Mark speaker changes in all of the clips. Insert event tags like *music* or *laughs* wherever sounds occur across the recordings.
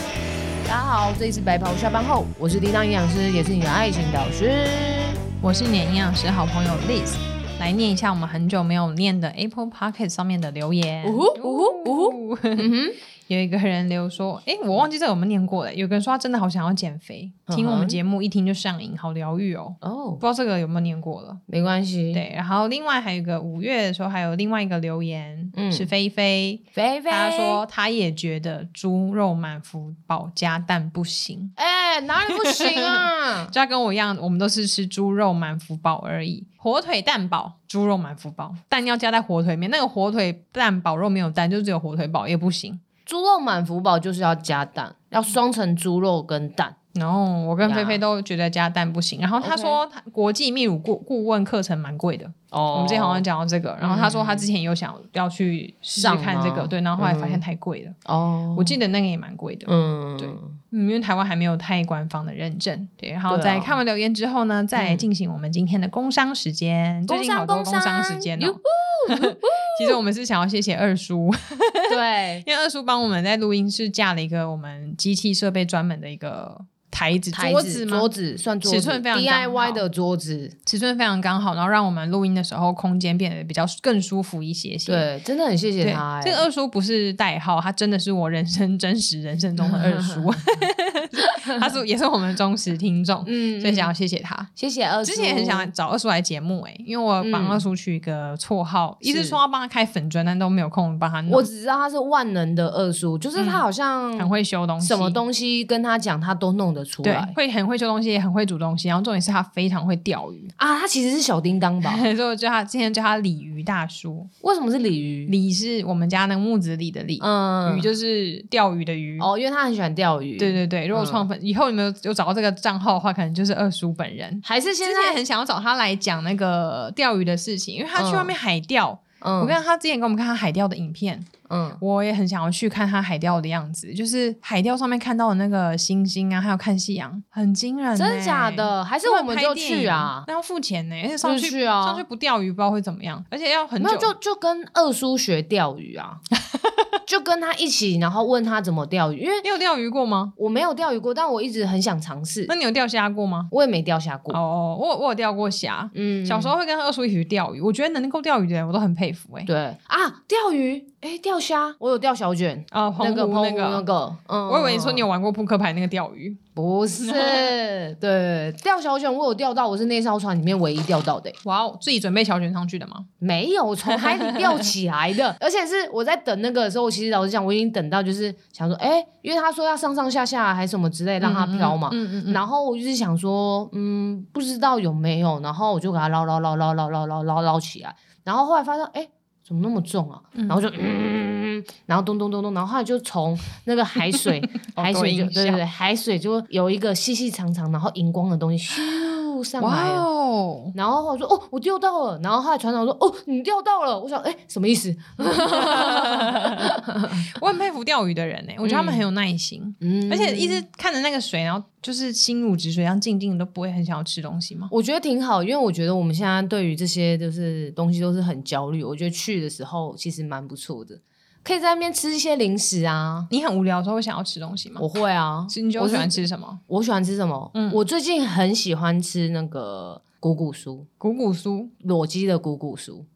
Speaker 1: 大家好，这里是白袍下班后，我是叮当营养师，也是你的爱情导师。
Speaker 2: 我是你的营养师好朋友 Liz，来念一下我们很久没有念的 Apple Pocket 上面的留言。
Speaker 1: 呜呼呜呼
Speaker 2: 呼！ *laughs* 有一个人留说：“哎，我忘记这个我们念过了。”有个人说他真的好想要减肥，听
Speaker 1: 嗯
Speaker 2: 我
Speaker 1: 哼
Speaker 2: 们节目一听就上瘾，好疗愈哦。
Speaker 1: 哦
Speaker 2: 不，知道这个有没有念过了？
Speaker 1: 没关系。，
Speaker 2: 对，然后另外还有一个五月的时候，还有另外一个留言、
Speaker 1: 嗯
Speaker 2: 是菲菲，
Speaker 1: 菲菲
Speaker 2: 她说她也觉得猪肉满福宝加蛋不行，：“
Speaker 1: 哎、哪里不行啊
Speaker 2: *laughs* 就她跟我一样，我们都是吃猪肉满福宝而已，火腿蛋堡、猪肉满福宝，蛋要加在火腿里面，那个火腿蛋堡肉没有蛋，就只有火腿堡也不行。
Speaker 1: 猪肉满福宝就是要加蛋，要双层猪肉跟蛋。
Speaker 2: 然后我跟
Speaker 1: 呀
Speaker 2: 菲菲都觉得加蛋不行，然后她
Speaker 1: OK
Speaker 2: 说她国际泌乳顾顾问课程蛮贵的，
Speaker 1: 哦
Speaker 2: 我们之前好像讲到这个，然后他说他之前有想要去试试看这
Speaker 1: 上吗
Speaker 2: 个，对，然后后来发现太贵了，
Speaker 1: 哦，
Speaker 2: 我记得那个也蛮贵的，
Speaker 1: 嗯，
Speaker 2: 对嗯，因为台湾还没有太官方的认证，对，然后
Speaker 1: 对啊
Speaker 2: 在看完留言之后呢，再来进行我们今天的工商时间，最近好多
Speaker 1: 工商
Speaker 2: 工商时间
Speaker 1: 哟
Speaker 2: *laughs* 哦。其实我们是想要谢谢二叔， *laughs*
Speaker 1: 对，
Speaker 2: 因为二叔帮我们在录音室架了一个我们机器设备专门的一个台子、
Speaker 1: 台
Speaker 2: 桌子吗？
Speaker 1: 桌子算桌子，
Speaker 2: 尺寸非常刚好
Speaker 1: DIY 的桌子，
Speaker 2: 尺寸非常刚好，然后让我们录音的时候空间变得比较更舒服一些些。
Speaker 1: 对，真的很谢谢
Speaker 2: 对，
Speaker 1: 他、哎
Speaker 2: 这个二叔不是代号，他真的是我人生真实人生中的
Speaker 1: *laughs*
Speaker 2: 二叔，他是也是我们忠实听众，
Speaker 1: 嗯，
Speaker 2: 所以
Speaker 1: 嗯
Speaker 2: 想要谢谢他。
Speaker 1: 谢谢二叔，
Speaker 2: 之前也很想找二叔来节目哎、因为我帮
Speaker 1: 嗯
Speaker 2: 二叔取一个绰号，一直
Speaker 1: 是
Speaker 2: 说要帮他开粉砖，但都没有空帮他弄。
Speaker 1: 我只知道他是万能的二叔，就是他好像
Speaker 2: 嗯很会修东西，
Speaker 1: 什么东西跟他讲，他都弄得出
Speaker 2: 对，
Speaker 1: 来
Speaker 2: 会很会修东西，也很会煮东西。然后重点是他非常会钓鱼，
Speaker 1: 啊。他其实是小叮当吧？
Speaker 2: *laughs* 所以我叫他之前叫他鲤鱼大叔。
Speaker 1: 为什么是鲤鱼？
Speaker 2: 鲤是我们家那个木子李的鲤，
Speaker 1: 嗯
Speaker 2: 鱼就是钓鱼的鱼。
Speaker 1: 哦，因为他很喜欢钓鱼。
Speaker 2: 对，对对，如果
Speaker 1: 嗯
Speaker 2: 创粉、以后你们有有找到这个账号的话，可能就是二叔本人。
Speaker 1: 还是
Speaker 2: 之
Speaker 1: 现
Speaker 2: 前
Speaker 1: 在
Speaker 2: 很想要找他来讲那个钓鱼的事情，因为他去外面海钓，
Speaker 1: 嗯
Speaker 2: 我看他之前给我们看他海钓的影片，
Speaker 1: 嗯
Speaker 2: 我也很想要去看他海钓的样子，就是海钓上面看到的那个星星啊，还有看夕阳，很惊人、欸，
Speaker 1: 真的假？的？还是我们就去啊？
Speaker 2: 那要付钱呢、而且上
Speaker 1: 就
Speaker 2: 去
Speaker 1: 去啊
Speaker 2: 上去不钓鱼不知道会怎么样，而且要很
Speaker 1: 没有，
Speaker 2: 久。
Speaker 1: 就就跟二叔学钓鱼
Speaker 2: *laughs*
Speaker 1: 啊，就跟他一起，然后问他怎么钓鱼。因为
Speaker 2: 你有钓鱼过吗？
Speaker 1: 我没有钓鱼过，但我一直很想尝试
Speaker 2: 那，你有钓虾过吗？
Speaker 1: 我也没钓虾过。
Speaker 2: 哦，我有我有钓过虾，
Speaker 1: 嗯，
Speaker 2: 小时候会跟二叔一起去钓鱼，我觉得能够钓鱼的人我都很佩服哎、欸。
Speaker 1: 对啊，钓鱼，哎，钓虾，我有钓小卷，
Speaker 2: 啊，澎
Speaker 1: 那个
Speaker 2: 湖
Speaker 1: 澎
Speaker 2: 那
Speaker 1: 湖那
Speaker 2: 个，
Speaker 1: 个，嗯，
Speaker 2: 我以为你说你
Speaker 1: 有，
Speaker 2: 有玩过扑克牌那个钓鱼，
Speaker 1: 不
Speaker 2: *laughs*
Speaker 1: 是，对，钓小卷我有钓到，我是那艘船里面唯一钓到的、
Speaker 2: 哇哦，自己准备小卷上去的吗？
Speaker 1: 没有从海里钓起来的，
Speaker 2: *laughs*
Speaker 1: 而且是我在等那个的时候，我其实老实讲，我已经等到就是想说，哎、因为他说要上上下下还是什么之类，让它飘嘛。
Speaker 2: 嗯嗯嗯，
Speaker 1: 然后我就是想说，嗯，不知道有没有，然后我就给它捞捞捞捞捞捞捞捞捞起来，然后后来发现，哎、怎么那么重啊？
Speaker 2: 嗯
Speaker 1: 然后就，嗯，然后咚咚咚咚，然后后来就从那个海水，
Speaker 2: *laughs* 哦
Speaker 1: 海水就
Speaker 2: 多音效
Speaker 1: 对对对，海水就有一个细细长长，然后荧光的东西咻上
Speaker 2: 哇
Speaker 1: 来了。
Speaker 2: 哦， *laughs*
Speaker 1: 然后我说哦，我钓到了。然后后来船长说哦，你钓到了。我想哎，什么意思？
Speaker 2: 我很佩服钓鱼的人哎、我觉得他们很有耐心，
Speaker 1: 嗯
Speaker 2: 而且一直看着那个水，然后就是心如止水，然后静静的都不会很想要吃东西吗？
Speaker 1: 我觉得挺好，因为我觉得我们现在对于这些就是东西都是很焦虑。我觉得去的时候其实蛮不错的，可以在那边吃一些零食啊。
Speaker 2: 你很无聊的时候会想要吃东西吗？
Speaker 1: 我会啊，
Speaker 2: 是你就
Speaker 1: 我
Speaker 2: 喜欢
Speaker 1: 是
Speaker 2: 吃什么？
Speaker 1: 我喜欢吃什么？
Speaker 2: 嗯
Speaker 1: 我最近很喜欢吃那个谷谷酥，
Speaker 2: 谷谷酥， *laughs*
Speaker 1: 裸鸡的谷谷酥。 *laughs*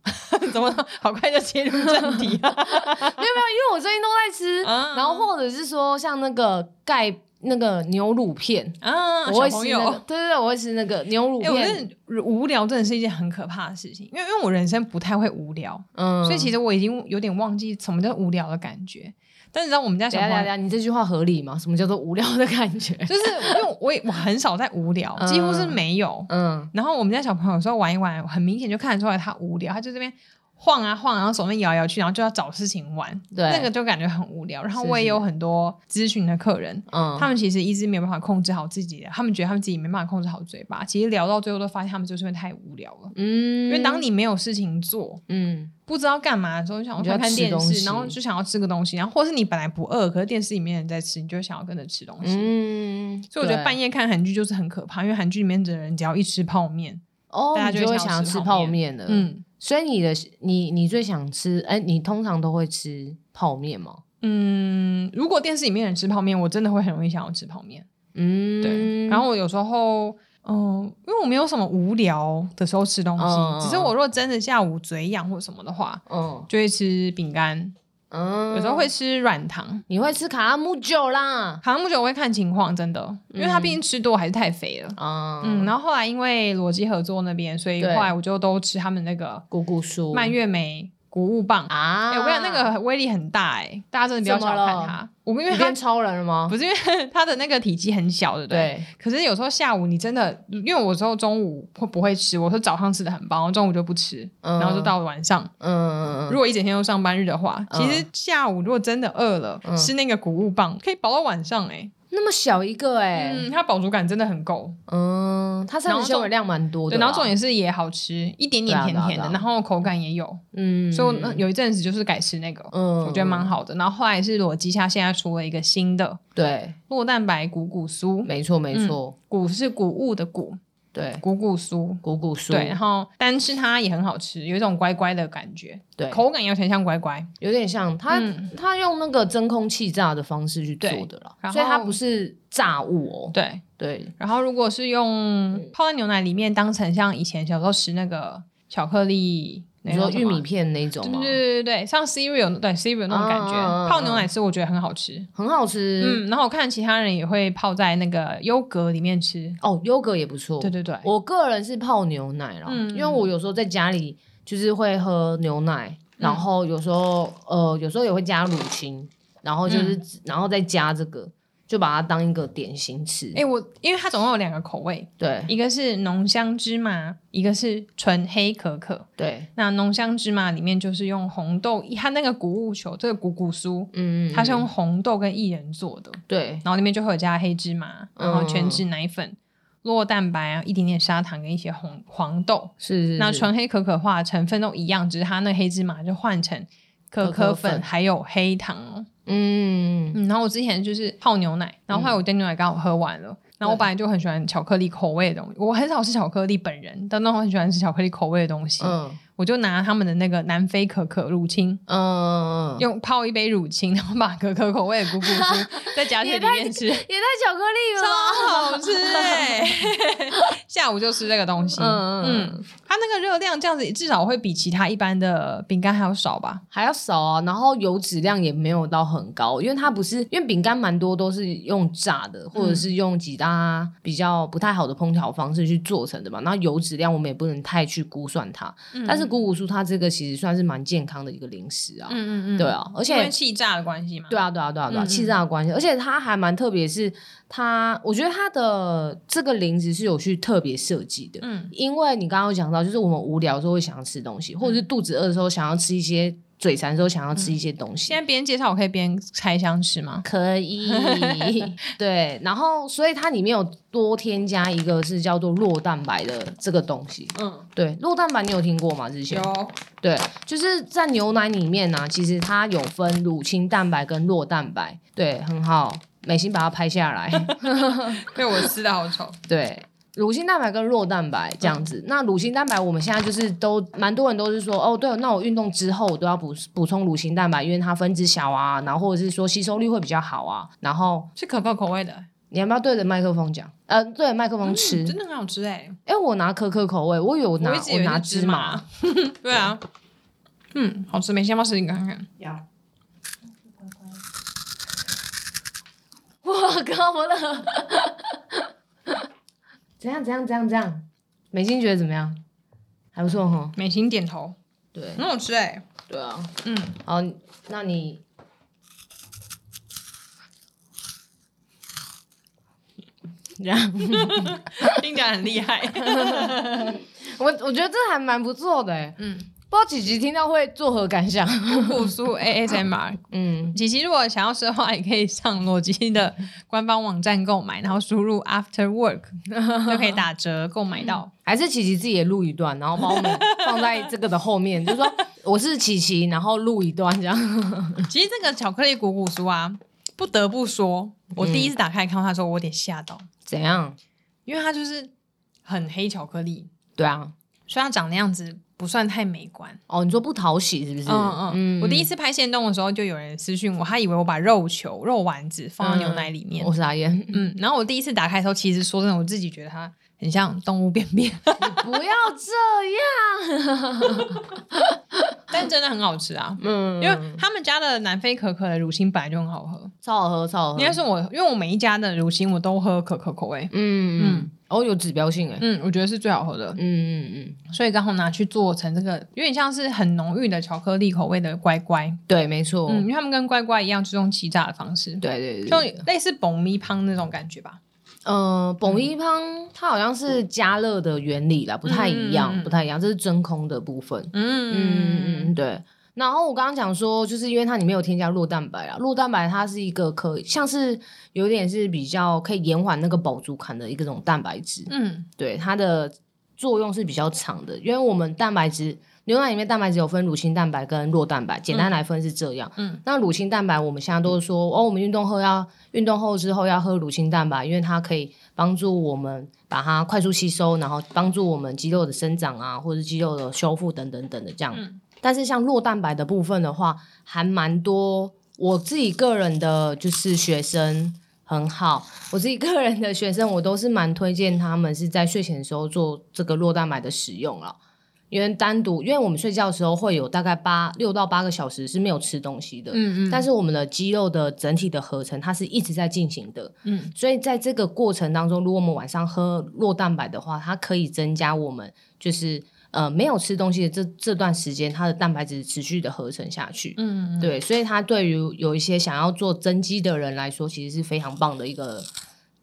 Speaker 2: 怎么好快就切入正题啊？
Speaker 1: 没有没有，因为我最近都在吃，
Speaker 2: 啊
Speaker 1: 然后或者是说像那个盖那个牛乳片，
Speaker 2: 啊，
Speaker 1: 我
Speaker 2: 小
Speaker 1: 会
Speaker 2: 朋
Speaker 1: 吃那
Speaker 2: 友
Speaker 1: 个，。对对对，我会吃那个牛乳
Speaker 2: 哎、我
Speaker 1: 片。
Speaker 2: 真的无聊真的是一件很可怕的事情，因为因为我人生不太会无聊，
Speaker 1: 嗯
Speaker 2: 所以其
Speaker 1: 实
Speaker 2: 实我已经有点忘记什么叫无聊的感觉。但你知道我们家小
Speaker 1: 等一下
Speaker 2: 朋
Speaker 1: 等一下等一下，
Speaker 2: 友，
Speaker 1: 你这句话合理吗？什么叫做无聊的感觉？ *laughs*
Speaker 2: 就是因为我也我很少在无聊，
Speaker 1: 嗯
Speaker 2: 几乎是没有。
Speaker 1: 嗯，
Speaker 2: 然后我们家小朋友有时候玩一玩，很明显就看得出来他无聊，他就这边晃啊晃，然后手边摇来摇去，然后就要找事情玩，
Speaker 1: 对，
Speaker 2: 那个就感觉很无聊。然后
Speaker 1: 是
Speaker 2: 我也
Speaker 1: 是
Speaker 2: 有很多咨询的客人，
Speaker 1: 嗯，
Speaker 2: 他们其实一直没有办法控制好自己的，他们觉得他们自己没办法控制好嘴巴，其实聊到最后都发现他们就是因为太无聊了。
Speaker 1: 嗯，
Speaker 2: 因为当你没有事情做，
Speaker 1: 嗯
Speaker 2: 不知道干嘛的时候，想
Speaker 1: 你就要
Speaker 2: 要看
Speaker 1: 吃
Speaker 2: 电
Speaker 1: 东西
Speaker 2: 视，然后就想要吃个东西，然后或是你本来不饿，可是电视里面人在吃，你就想要跟着吃东西。
Speaker 1: 嗯，
Speaker 2: 所以我觉得
Speaker 1: 对
Speaker 2: 半夜看韩剧就是很可怕，因为韩剧里面的人只要一吃泡面，
Speaker 1: 哦，
Speaker 2: 大家
Speaker 1: 你
Speaker 2: 就
Speaker 1: 就
Speaker 2: 会
Speaker 1: 会
Speaker 2: 想
Speaker 1: 想
Speaker 2: 要
Speaker 1: 要
Speaker 2: 吃
Speaker 1: 吃
Speaker 2: 泡
Speaker 1: 泡
Speaker 2: 面
Speaker 1: 面的，嗯，
Speaker 2: 嗯
Speaker 1: 所以你的你你最想吃，哎，你通常都会吃泡面吗？
Speaker 2: 嗯，如果电视里面人吃泡面，我真的会很容易想要吃泡面。
Speaker 1: 嗯，
Speaker 2: 对，然后我有时候，嗯，因为我没有什么无聊的时候吃东西，
Speaker 1: 嗯
Speaker 2: 只是我如果真的下午嘴痒或什么的话，
Speaker 1: 嗯
Speaker 2: 就会吃饼干，
Speaker 1: 嗯，
Speaker 2: 有时候会吃软糖。
Speaker 1: 你会吃卡拉木酒啦，
Speaker 2: 卡拉木酒我会看情况，真的，因为他毕竟吃多还是太肥了。
Speaker 1: 啊，
Speaker 2: 嗯，然后后来因为裸机合作那边，所以后
Speaker 1: 对
Speaker 2: 来我就都吃他们那个
Speaker 1: 姑姑酥
Speaker 2: 蔓越莓谷物棒。
Speaker 1: 啊，
Speaker 2: 哎、我跟你讲，那个威力很大哎、大家真的不要
Speaker 1: 怎
Speaker 2: 小
Speaker 1: 么
Speaker 2: 看
Speaker 1: 了
Speaker 2: 它。我们因
Speaker 1: 你
Speaker 2: 为它
Speaker 1: 变超人了吗？
Speaker 2: 不是因为 *laughs* 它的那个体积很小，对不对？
Speaker 1: 对，
Speaker 2: 可是有时候下午你真的，因为我有时候中午会不会吃，我是早上吃的很饱，然后中午就不吃，
Speaker 1: 嗯
Speaker 2: 然后就到晚上。
Speaker 1: 嗯嗯嗯
Speaker 2: 如果一整天都上班日的话，
Speaker 1: 嗯
Speaker 2: 其实下午如果真的饿了，
Speaker 1: 嗯
Speaker 2: 吃那个谷物棒可以饱到晚上哎、
Speaker 1: 那么小一个哎、
Speaker 2: 嗯，它饱足感真的很够。
Speaker 1: 嗯，它膳
Speaker 2: 然后
Speaker 1: 食
Speaker 2: 重
Speaker 1: 纤维量蛮多的
Speaker 2: 对，
Speaker 1: 啦，
Speaker 2: 然后重点是也好吃，一点点
Speaker 1: 对啊
Speaker 2: 甜
Speaker 1: 对啊
Speaker 2: 甜的，
Speaker 1: 对啊
Speaker 2: 然后口感也有，
Speaker 1: 嗯，
Speaker 2: 所以我那有一阵子就是改吃那个，
Speaker 1: 嗯
Speaker 2: 我觉得蛮好的。然后后来是裸机下现在出了一个新的
Speaker 1: 对，
Speaker 2: 落蛋白谷谷酥，
Speaker 1: 没错没错，
Speaker 2: 谷是谷物的谷，
Speaker 1: 对，
Speaker 2: 谷谷酥。
Speaker 1: 姑姑酥
Speaker 2: 对，然后单吃它也很好吃，有一种乖乖的感觉，
Speaker 1: 对
Speaker 2: 口感也有点像乖乖。
Speaker 1: 有点像它，
Speaker 2: 嗯
Speaker 1: 它用那个真空气炸的方式去做
Speaker 2: 对
Speaker 1: 的啦，
Speaker 2: 然
Speaker 1: 所以它
Speaker 2: 后
Speaker 1: 不是炸物哦。
Speaker 2: 对，
Speaker 1: 对，
Speaker 2: 然后如果是用泡在牛奶里面当成像以前小时候吃那个巧克力，
Speaker 1: 你
Speaker 2: 那个
Speaker 1: 说
Speaker 2: 叫什
Speaker 1: 玉
Speaker 2: 么啊
Speaker 1: 米，片那种
Speaker 2: 对
Speaker 1: 吗
Speaker 2: 对？对对对，像 cereal 对 cereal 那种感觉，
Speaker 1: 啊啊啊
Speaker 2: 泡牛奶吃我觉得很好吃。
Speaker 1: 很好吃
Speaker 2: 嗯，然后我看其他人也会泡在那个优格里面吃。
Speaker 1: 哦，优格也不错。
Speaker 2: 对对对，
Speaker 1: 我个人是泡牛奶啦，
Speaker 2: 嗯
Speaker 1: 因为我有时候在家里就是会喝牛奶，
Speaker 2: 嗯
Speaker 1: 然后有时候呃，有时候也会加乳清，然后就是、
Speaker 2: 嗯
Speaker 1: 然后再加这个，就把它当一个点心吃。
Speaker 2: 哎、我因为它总共有两个口味，
Speaker 1: 对
Speaker 2: 一个是浓香芝麻，一个是纯黑可可。
Speaker 1: 对，
Speaker 2: 那浓香芝麻里面就是用红豆，它那个谷物球，这个谷谷酥，
Speaker 1: 嗯，
Speaker 2: 它是用红豆跟薏仁做的，
Speaker 1: 对
Speaker 2: 然后里面就会有加黑芝麻，然
Speaker 1: 嗯
Speaker 2: 后全脂奶粉、酪蛋白啊，一点点砂糖跟一些红黄豆。
Speaker 1: 是是
Speaker 2: 那
Speaker 1: 是
Speaker 2: 纯黑可可化的成分都一样，只是它那个黑芝麻就换成可
Speaker 1: 可可
Speaker 2: 可
Speaker 1: 粉
Speaker 2: 粉还有黑糖哦。
Speaker 1: 嗯
Speaker 2: 嗯，然后我之前就是泡牛奶，然后后来我的牛奶刚好喝完了。然后我
Speaker 1: 对
Speaker 2: 本来就很喜欢巧克力口味的东西，我很少吃巧克力本人，但那我很喜欢吃巧克力口味的东西。
Speaker 1: 嗯
Speaker 2: 我就拿他们的那个南非可可乳清，
Speaker 1: 嗯嗯，嗯
Speaker 2: 用泡一杯乳清， *laughs* 然后把可可口味的谷谷酥再夹 *laughs* 在里面吃，
Speaker 1: 也太巧克力了吧。
Speaker 2: 超好吃哎、 *laughs* 下午就吃这个东
Speaker 1: *laughs* 嗯
Speaker 2: 西，
Speaker 1: 嗯
Speaker 2: 嗯，它那个热量这样子至少会比其他一般的饼干还要少吧？
Speaker 1: 还要少啊，然后油脂量也没有到很高，因为它不是因为饼干蛮多都是用炸的，或者是用几大比较不太好的烹调方式去做成的嘛。然后油脂量我们也不能太去估算它，
Speaker 2: 嗯
Speaker 1: 但是谷谷酥它这个其实算是蛮健康的一个零食啊，
Speaker 2: 嗯嗯嗯
Speaker 1: 对，啊，而
Speaker 2: 因为
Speaker 1: 且。
Speaker 2: 气炸的关系嘛，
Speaker 1: 对啊，对啊，对啊，对啊，
Speaker 2: 嗯嗯
Speaker 1: 气炸的关系，而且它还蛮特别，是它，我觉得它的这个零食是有去特别设计的，
Speaker 2: 嗯，
Speaker 1: 因为你刚刚有讲到，就是我们无聊的时候会想要吃东西，或者是肚子饿的时候想要吃一些，嘴馋的时候想要吃一些东西。
Speaker 2: 现在边介绍我可以边开箱吃吗？
Speaker 1: 嗯可以， *laughs* 对，然后所以它里面有多添加一个是叫做酪蛋白的这个东西。
Speaker 2: 嗯，
Speaker 1: 对，酪蛋白你有听过吗？之前
Speaker 2: 有， *laughs*
Speaker 1: 对，就是在牛奶里面呢、其实它有分乳清蛋白跟酪蛋白。对，很好，美心把它拍下来。
Speaker 2: 被我撕的好丑，
Speaker 1: 对，乳清蛋白跟酪蛋白这
Speaker 2: 嗯
Speaker 1: 样子。那乳清蛋白我们现在就是都蛮多人都是说哦，对，那我运动之后我都要补补充乳清蛋白，因为它分子小啊，然后或者是说吸收率会比较好啊。然后
Speaker 2: 是可可口味的，
Speaker 1: 你要不要对着麦克风讲？呃，对着麦克风吃。
Speaker 2: 真的很好吃哎，
Speaker 1: 哎、我拿可可口味，我有拿
Speaker 2: 我一直以为
Speaker 1: 拿
Speaker 2: 是芝麻， *laughs* 对啊，嗯，好吃，没先帮吃你看看。
Speaker 1: 我靠，哦我的， *laughs* 怎样怎样怎样怎样？美心觉得怎么样？还不错哈。
Speaker 2: 美心点头，
Speaker 1: 对
Speaker 2: 很好吃哎、
Speaker 1: 对啊，
Speaker 2: 嗯，
Speaker 1: 好，那你
Speaker 2: 听起来很厉害。
Speaker 1: *laughs* 我我觉得这还蛮不错的哎，
Speaker 2: 嗯，
Speaker 1: 不知道几集听到会作何感
Speaker 2: *laughs*
Speaker 1: 想？
Speaker 2: *laughs* 古苏 ASMR，
Speaker 1: 嗯，
Speaker 2: 琪琪如果想要吃的话，也可以上裸机的官方网站购买，然后输入 After *laughs* Work 就可以打折购买到。
Speaker 1: 还是琪琪自己也录一段，然后把我们放在这个的后面，就
Speaker 2: *laughs*
Speaker 1: 说我是琪琪，然后录一段这样。
Speaker 2: 其实这个巧克力谷谷酥啊，不得不说，我第一次打开看到它的时候，我有点吓到，
Speaker 1: 怎样？
Speaker 2: 因为它就是很黑巧克力，
Speaker 1: 对啊，
Speaker 2: 所以它长那样子不算太美观。
Speaker 1: 哦，你说不讨喜是不是？
Speaker 2: 嗯嗯，我第一次拍现动的时候，就有人私讯我，他以为我把肉球、肉丸子放到
Speaker 1: 嗯
Speaker 2: 牛奶里面
Speaker 1: 我。傻眼， *laughs*
Speaker 2: 嗯，然后我第一次打开的时候，其实说真的，我自己觉得它很像动物便便， *laughs*
Speaker 1: 不要这
Speaker 2: 但真的很好吃啊。
Speaker 1: 样，
Speaker 2: 因为他们家的南非可可的乳清本来就很好喝，
Speaker 1: 超好喝，超好喝
Speaker 2: 应。该是我，因为我每一家的乳清我都喝可可口味，
Speaker 1: 嗯嗯，哦，有指标性哎，
Speaker 2: 嗯，我觉得是最好喝的
Speaker 1: 嗯，嗯嗯，
Speaker 2: 所以刚好拿去做成这个，有点像是很浓郁的巧克力口味的乖乖，
Speaker 1: 对，没错，
Speaker 2: 嗯，因为他们跟乖乖一样，就是用欺诈的方式，
Speaker 1: 对哦对
Speaker 2: 就
Speaker 1: 对，
Speaker 2: 类似蹦咪汤那种感觉吧，嗯
Speaker 1: 呃，蹦一汤它好像是加热的原理啦，不太一
Speaker 2: 嗯嗯
Speaker 1: 样，
Speaker 2: 嗯
Speaker 1: 不太一样，这是真空的部分。嗯嗯
Speaker 2: 嗯
Speaker 1: 嗯，对。然后我刚刚讲说，就是因为它里面有添加弱蛋白啊，弱蛋白它是一个可以像是有点是比较可以延缓那个饱足感的一个种蛋白质，
Speaker 2: 嗯
Speaker 1: 对它的作用是比较长的，因为我们蛋白质牛奶里面蛋白质有分乳清蛋白跟弱蛋白，简单来分是这样。
Speaker 2: 嗯，
Speaker 1: 那乳清蛋白我们现在都是说哦，我们运动后要运动后之后要喝乳清蛋白，因为它可以帮助我们把它快速吸收，然后帮助我们肌肉的生长啊，或者肌肉的修复等等等的这样。
Speaker 2: 嗯
Speaker 1: 但是像弱蛋白的部分的话，还蛮多。我自己个人的就是学生很好，我自己个人的学生，我都是蛮推荐他们是在睡前的时候做这个弱蛋白的使用了。因为单独，因为我们睡觉的时候会有大概八六到八个小时是没有吃东西的，
Speaker 2: 嗯嗯
Speaker 1: 但是我们的肌肉的整体的合成，它是一直在进行的，
Speaker 2: 嗯，
Speaker 1: 所以在这个过程当中，如果我们晚上喝弱蛋白的话，它可以增加我们就是呃没有吃东西的这这段时间，它的蛋白质持续的合成下去。
Speaker 2: 嗯嗯，
Speaker 1: 对，所以它对于有一些想要做增肌的人来说，其实是非常棒的一个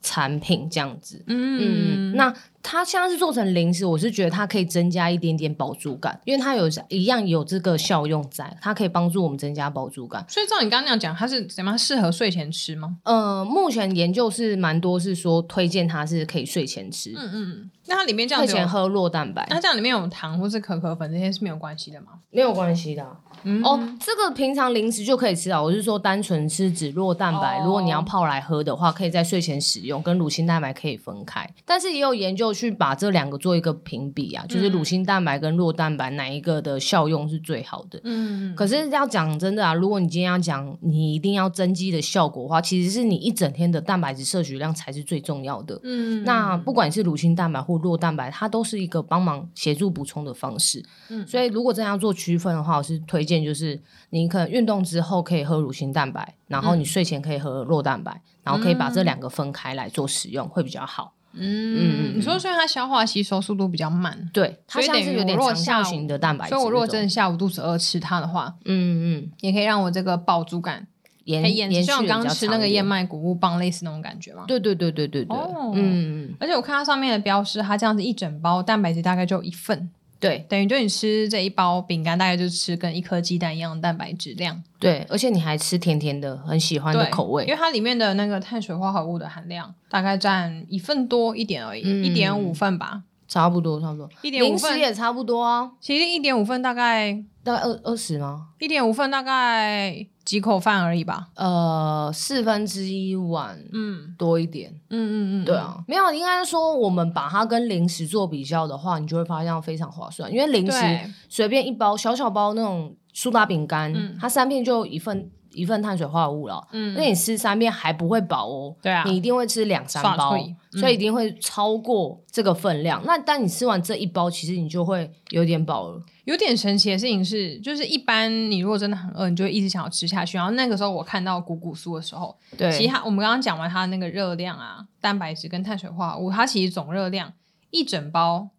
Speaker 1: 产品，这样子。嗯，
Speaker 2: 嗯
Speaker 1: 那它现在是做成零食，我是觉得它可以增加一点点饱足感，因为它有一样有这个效用在，它可以帮助我们增加饱足感。
Speaker 2: 所以照你刚刚那样讲，它是怎么样适合睡前吃吗？
Speaker 1: 呃，目前研究是蛮多是说推荐它是可以睡前吃，
Speaker 2: 嗯嗯，那它里面这样
Speaker 1: 睡
Speaker 2: 子
Speaker 1: 前
Speaker 2: 有，
Speaker 1: 喝弱蛋白、
Speaker 2: 那这样里面有糖或是可可粉这些是没有关系的吗？
Speaker 1: 没有关系的啊、
Speaker 2: 嗯
Speaker 1: 哦。这个平常零食就可以吃啊，我是说单纯吃脂弱蛋白，
Speaker 2: 哦
Speaker 1: 如果你要泡来喝的话，可以在睡前使用，跟乳清蛋白可以分开。但是也有研究去把这两个做一个评比啊，就是乳清蛋白跟弱蛋白哪一个的效用是最好的。
Speaker 2: 嗯，
Speaker 1: 可是要讲真的啊，如果你今天要讲你一定要增肌的效果的话，其实是你一整天的蛋白质摄取量才是最重要的。
Speaker 2: 嗯
Speaker 1: 那不管是乳清蛋白或弱蛋白，它都是一个帮忙协助补充的方式。
Speaker 2: 嗯
Speaker 1: 所以如果真的要做区分的话，我是推荐就是你可能运动之后可以喝乳清蛋白，然
Speaker 2: 嗯
Speaker 1: 后你睡前可以喝弱蛋白，然后可以把这两个分开来做使用，会比较好。
Speaker 2: 嗯，你说所以它消化吸收速度比较慢，
Speaker 1: 对，它
Speaker 2: 所以
Speaker 1: 像
Speaker 2: 等
Speaker 1: 是
Speaker 2: 于
Speaker 1: 有
Speaker 2: 我
Speaker 1: 点
Speaker 2: 如果
Speaker 1: 长效
Speaker 2: 下午
Speaker 1: 型的蛋白质那
Speaker 2: 所
Speaker 1: 种。
Speaker 2: 以我如果真的下午肚子饿吃它的话，
Speaker 1: 嗯嗯，
Speaker 2: 也可以让我这个饱足感
Speaker 1: 延
Speaker 2: 可以哎延
Speaker 1: 延续
Speaker 2: 续，像我
Speaker 1: 得
Speaker 2: 刚
Speaker 1: 比
Speaker 2: 刚
Speaker 1: 较
Speaker 2: 吃
Speaker 1: 长
Speaker 2: 那个
Speaker 1: 一点
Speaker 2: 燕麦谷物棒类似那种感觉嘛。
Speaker 1: 对对对对对对，
Speaker 2: 哦
Speaker 1: 嗯，嗯
Speaker 2: 而且我看它上面的标示，它这样子一整包蛋白质大概就一份，
Speaker 1: 对
Speaker 2: 等于就你吃这一包饼干，大概就吃跟一颗鸡蛋一样的蛋白质量。
Speaker 1: 对，而且你还吃甜甜的，很喜欢的
Speaker 2: 对，
Speaker 1: 口
Speaker 2: 因
Speaker 1: 味，
Speaker 2: 为它里面的那个碳水化合物的含量大概占一份多一点而已，一点五份吧，
Speaker 1: 差不多差不多，
Speaker 2: 一点
Speaker 1: 嗯
Speaker 2: 五
Speaker 1: 零食
Speaker 2: 份。
Speaker 1: 也差不多啊，
Speaker 2: 其实一点五份大概
Speaker 1: 大概二二十吗？
Speaker 2: 一点五份大概几口饭而已吧。
Speaker 1: 呃，四分之一碗
Speaker 2: 嗯
Speaker 1: 多一点。
Speaker 2: 嗯嗯嗯，
Speaker 1: 对，啊，没有，应该说我们把它跟零食做比较的话，你就会发现非常划算，因为零食
Speaker 2: 对，
Speaker 1: 随便一包小小包那种苏打饼干，
Speaker 2: 嗯
Speaker 1: 它三片就一份一份碳水化合物了。
Speaker 2: 嗯
Speaker 1: 那你吃三片还不会饱哦，
Speaker 2: 对啊
Speaker 1: 你一定会吃两三
Speaker 2: 刷
Speaker 1: 包，
Speaker 2: 脆嗯
Speaker 1: 所以一定会超过这个分量。那但你吃完这一包，其实你就会有点饱了。
Speaker 2: 有点神奇的事情是，就是一般你如果真的很饿，你就会一直想要吃下去。然后那个时候我看到谷谷酥的时候，
Speaker 1: 对，
Speaker 2: 其实它我们刚刚讲完它的那个热量啊、蛋白质跟碳水化合物，它其实总热量一整包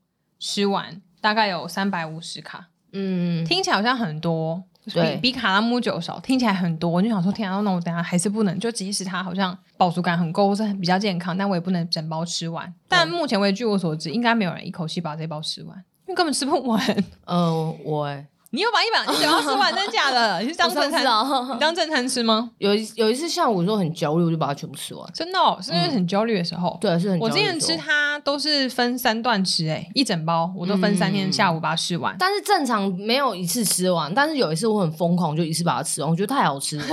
Speaker 2: 吃完大概有三百五十卡，
Speaker 1: 嗯，
Speaker 2: 听起来好像很多，
Speaker 1: 对
Speaker 2: 比比卡拉木酒少，听起来很多。我就想说，天啊，那我等一下还是不能，就即使它好像饱足感很够，或是比较健康，但我也不能整包吃完。但目前为止，据我所知，应该没有人一口气把这包吃完，因为根本吃不完。
Speaker 1: 呃，我欸
Speaker 2: 你又把一碗一整包吃完，真的假的？你是当
Speaker 1: 我
Speaker 2: 正
Speaker 1: 上次
Speaker 2: 餐？你
Speaker 1: 哦，
Speaker 2: 当正餐吃吗？
Speaker 1: 有一有一次下午的时候很焦虑，我就把它全部吃完。
Speaker 2: 真的、哦，是因为很焦虑的时候。
Speaker 1: 对，是很
Speaker 2: 我
Speaker 1: 焦
Speaker 2: 之
Speaker 1: 虑
Speaker 2: 前
Speaker 1: 的时
Speaker 2: 吃
Speaker 1: 候，
Speaker 2: 它都是分三段吃、欸，哎，一整包我都分三天，
Speaker 1: 嗯
Speaker 2: 下午把它吃完。
Speaker 1: 但是正常没有一次吃完，但是有一次我很疯狂，就一次把它吃完，我觉得太好吃
Speaker 2: *laughs*
Speaker 1: 了，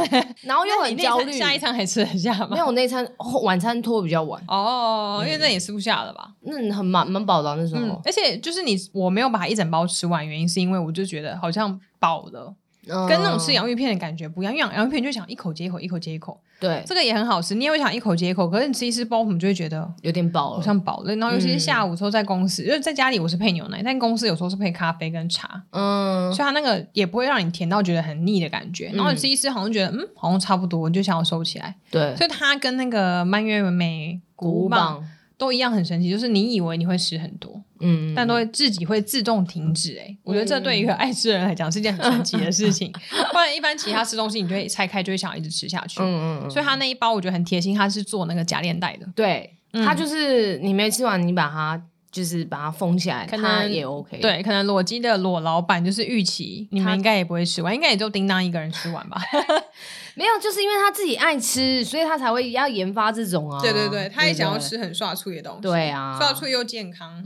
Speaker 1: 然后又
Speaker 2: 那
Speaker 1: 很
Speaker 2: 你那
Speaker 1: 焦
Speaker 2: 餐
Speaker 1: 虑。
Speaker 2: 下一餐还吃得下吗？
Speaker 1: 没有，我那餐后晚餐拖比较晚，
Speaker 2: *laughs* 哦，因为那也吃不下了吧？
Speaker 1: 那很蛮蛮饱的啊那时
Speaker 2: 嗯
Speaker 1: 候，，
Speaker 2: 而且就是你，我没有把它一整包吃完，原因是因为我就觉得好像饱了，
Speaker 1: 嗯
Speaker 2: 跟那种吃洋芋片的感觉不一样。因为洋芋片就想一口接一口，一口接一口，
Speaker 1: 嗯对
Speaker 2: 这个也很好吃，你也会想一口接一口。可是你吃一吃包，我们就会觉得
Speaker 1: 有点饱
Speaker 2: 好
Speaker 1: 了，
Speaker 2: 像饱了。然后尤其是
Speaker 1: 嗯
Speaker 2: 下午的时候在公司，因为在家里我是配牛奶，但公司有时候是配咖啡跟茶，
Speaker 1: 嗯
Speaker 2: 所以它那个也不会让你甜到觉得很腻的感觉。然后你吃一吃，好像觉得嗯，好像差不多，你就想要收起来。
Speaker 1: 对，
Speaker 2: 所以它跟那个蔓越莓谷
Speaker 1: 古
Speaker 2: 物棒
Speaker 1: 棒，
Speaker 2: 都一样很神奇，就是你以为你会吃很多，
Speaker 1: 嗯，
Speaker 2: 但都会自己会自动停止、欸。我觉得这对于一个爱吃的人来讲是一件很神奇的事 *laughs* 情。不然一般其他吃东西，你就会拆开就会想要一直吃下去。
Speaker 1: 嗯嗯嗯，
Speaker 2: 所以它那一包我觉得很贴心，它是做那个假链带的，
Speaker 1: 对，
Speaker 2: 嗯
Speaker 1: 它就是你没吃完，你把它就是把它封起来，
Speaker 2: 可
Speaker 1: 它
Speaker 2: 能
Speaker 1: 也 OK。，
Speaker 2: 对，可能裸鸡的裸老板就是预期，你们应该也不会吃完，应该也就叮当一个人吃完 *laughs* 吧。
Speaker 1: 没有，就是因为他自己爱吃，所以他才会要研发这种啊。
Speaker 2: 哦
Speaker 1: 不对。
Speaker 2: 很刷脆的东西
Speaker 1: 对啊，
Speaker 2: 又健康。
Speaker 1: 嗯，嗯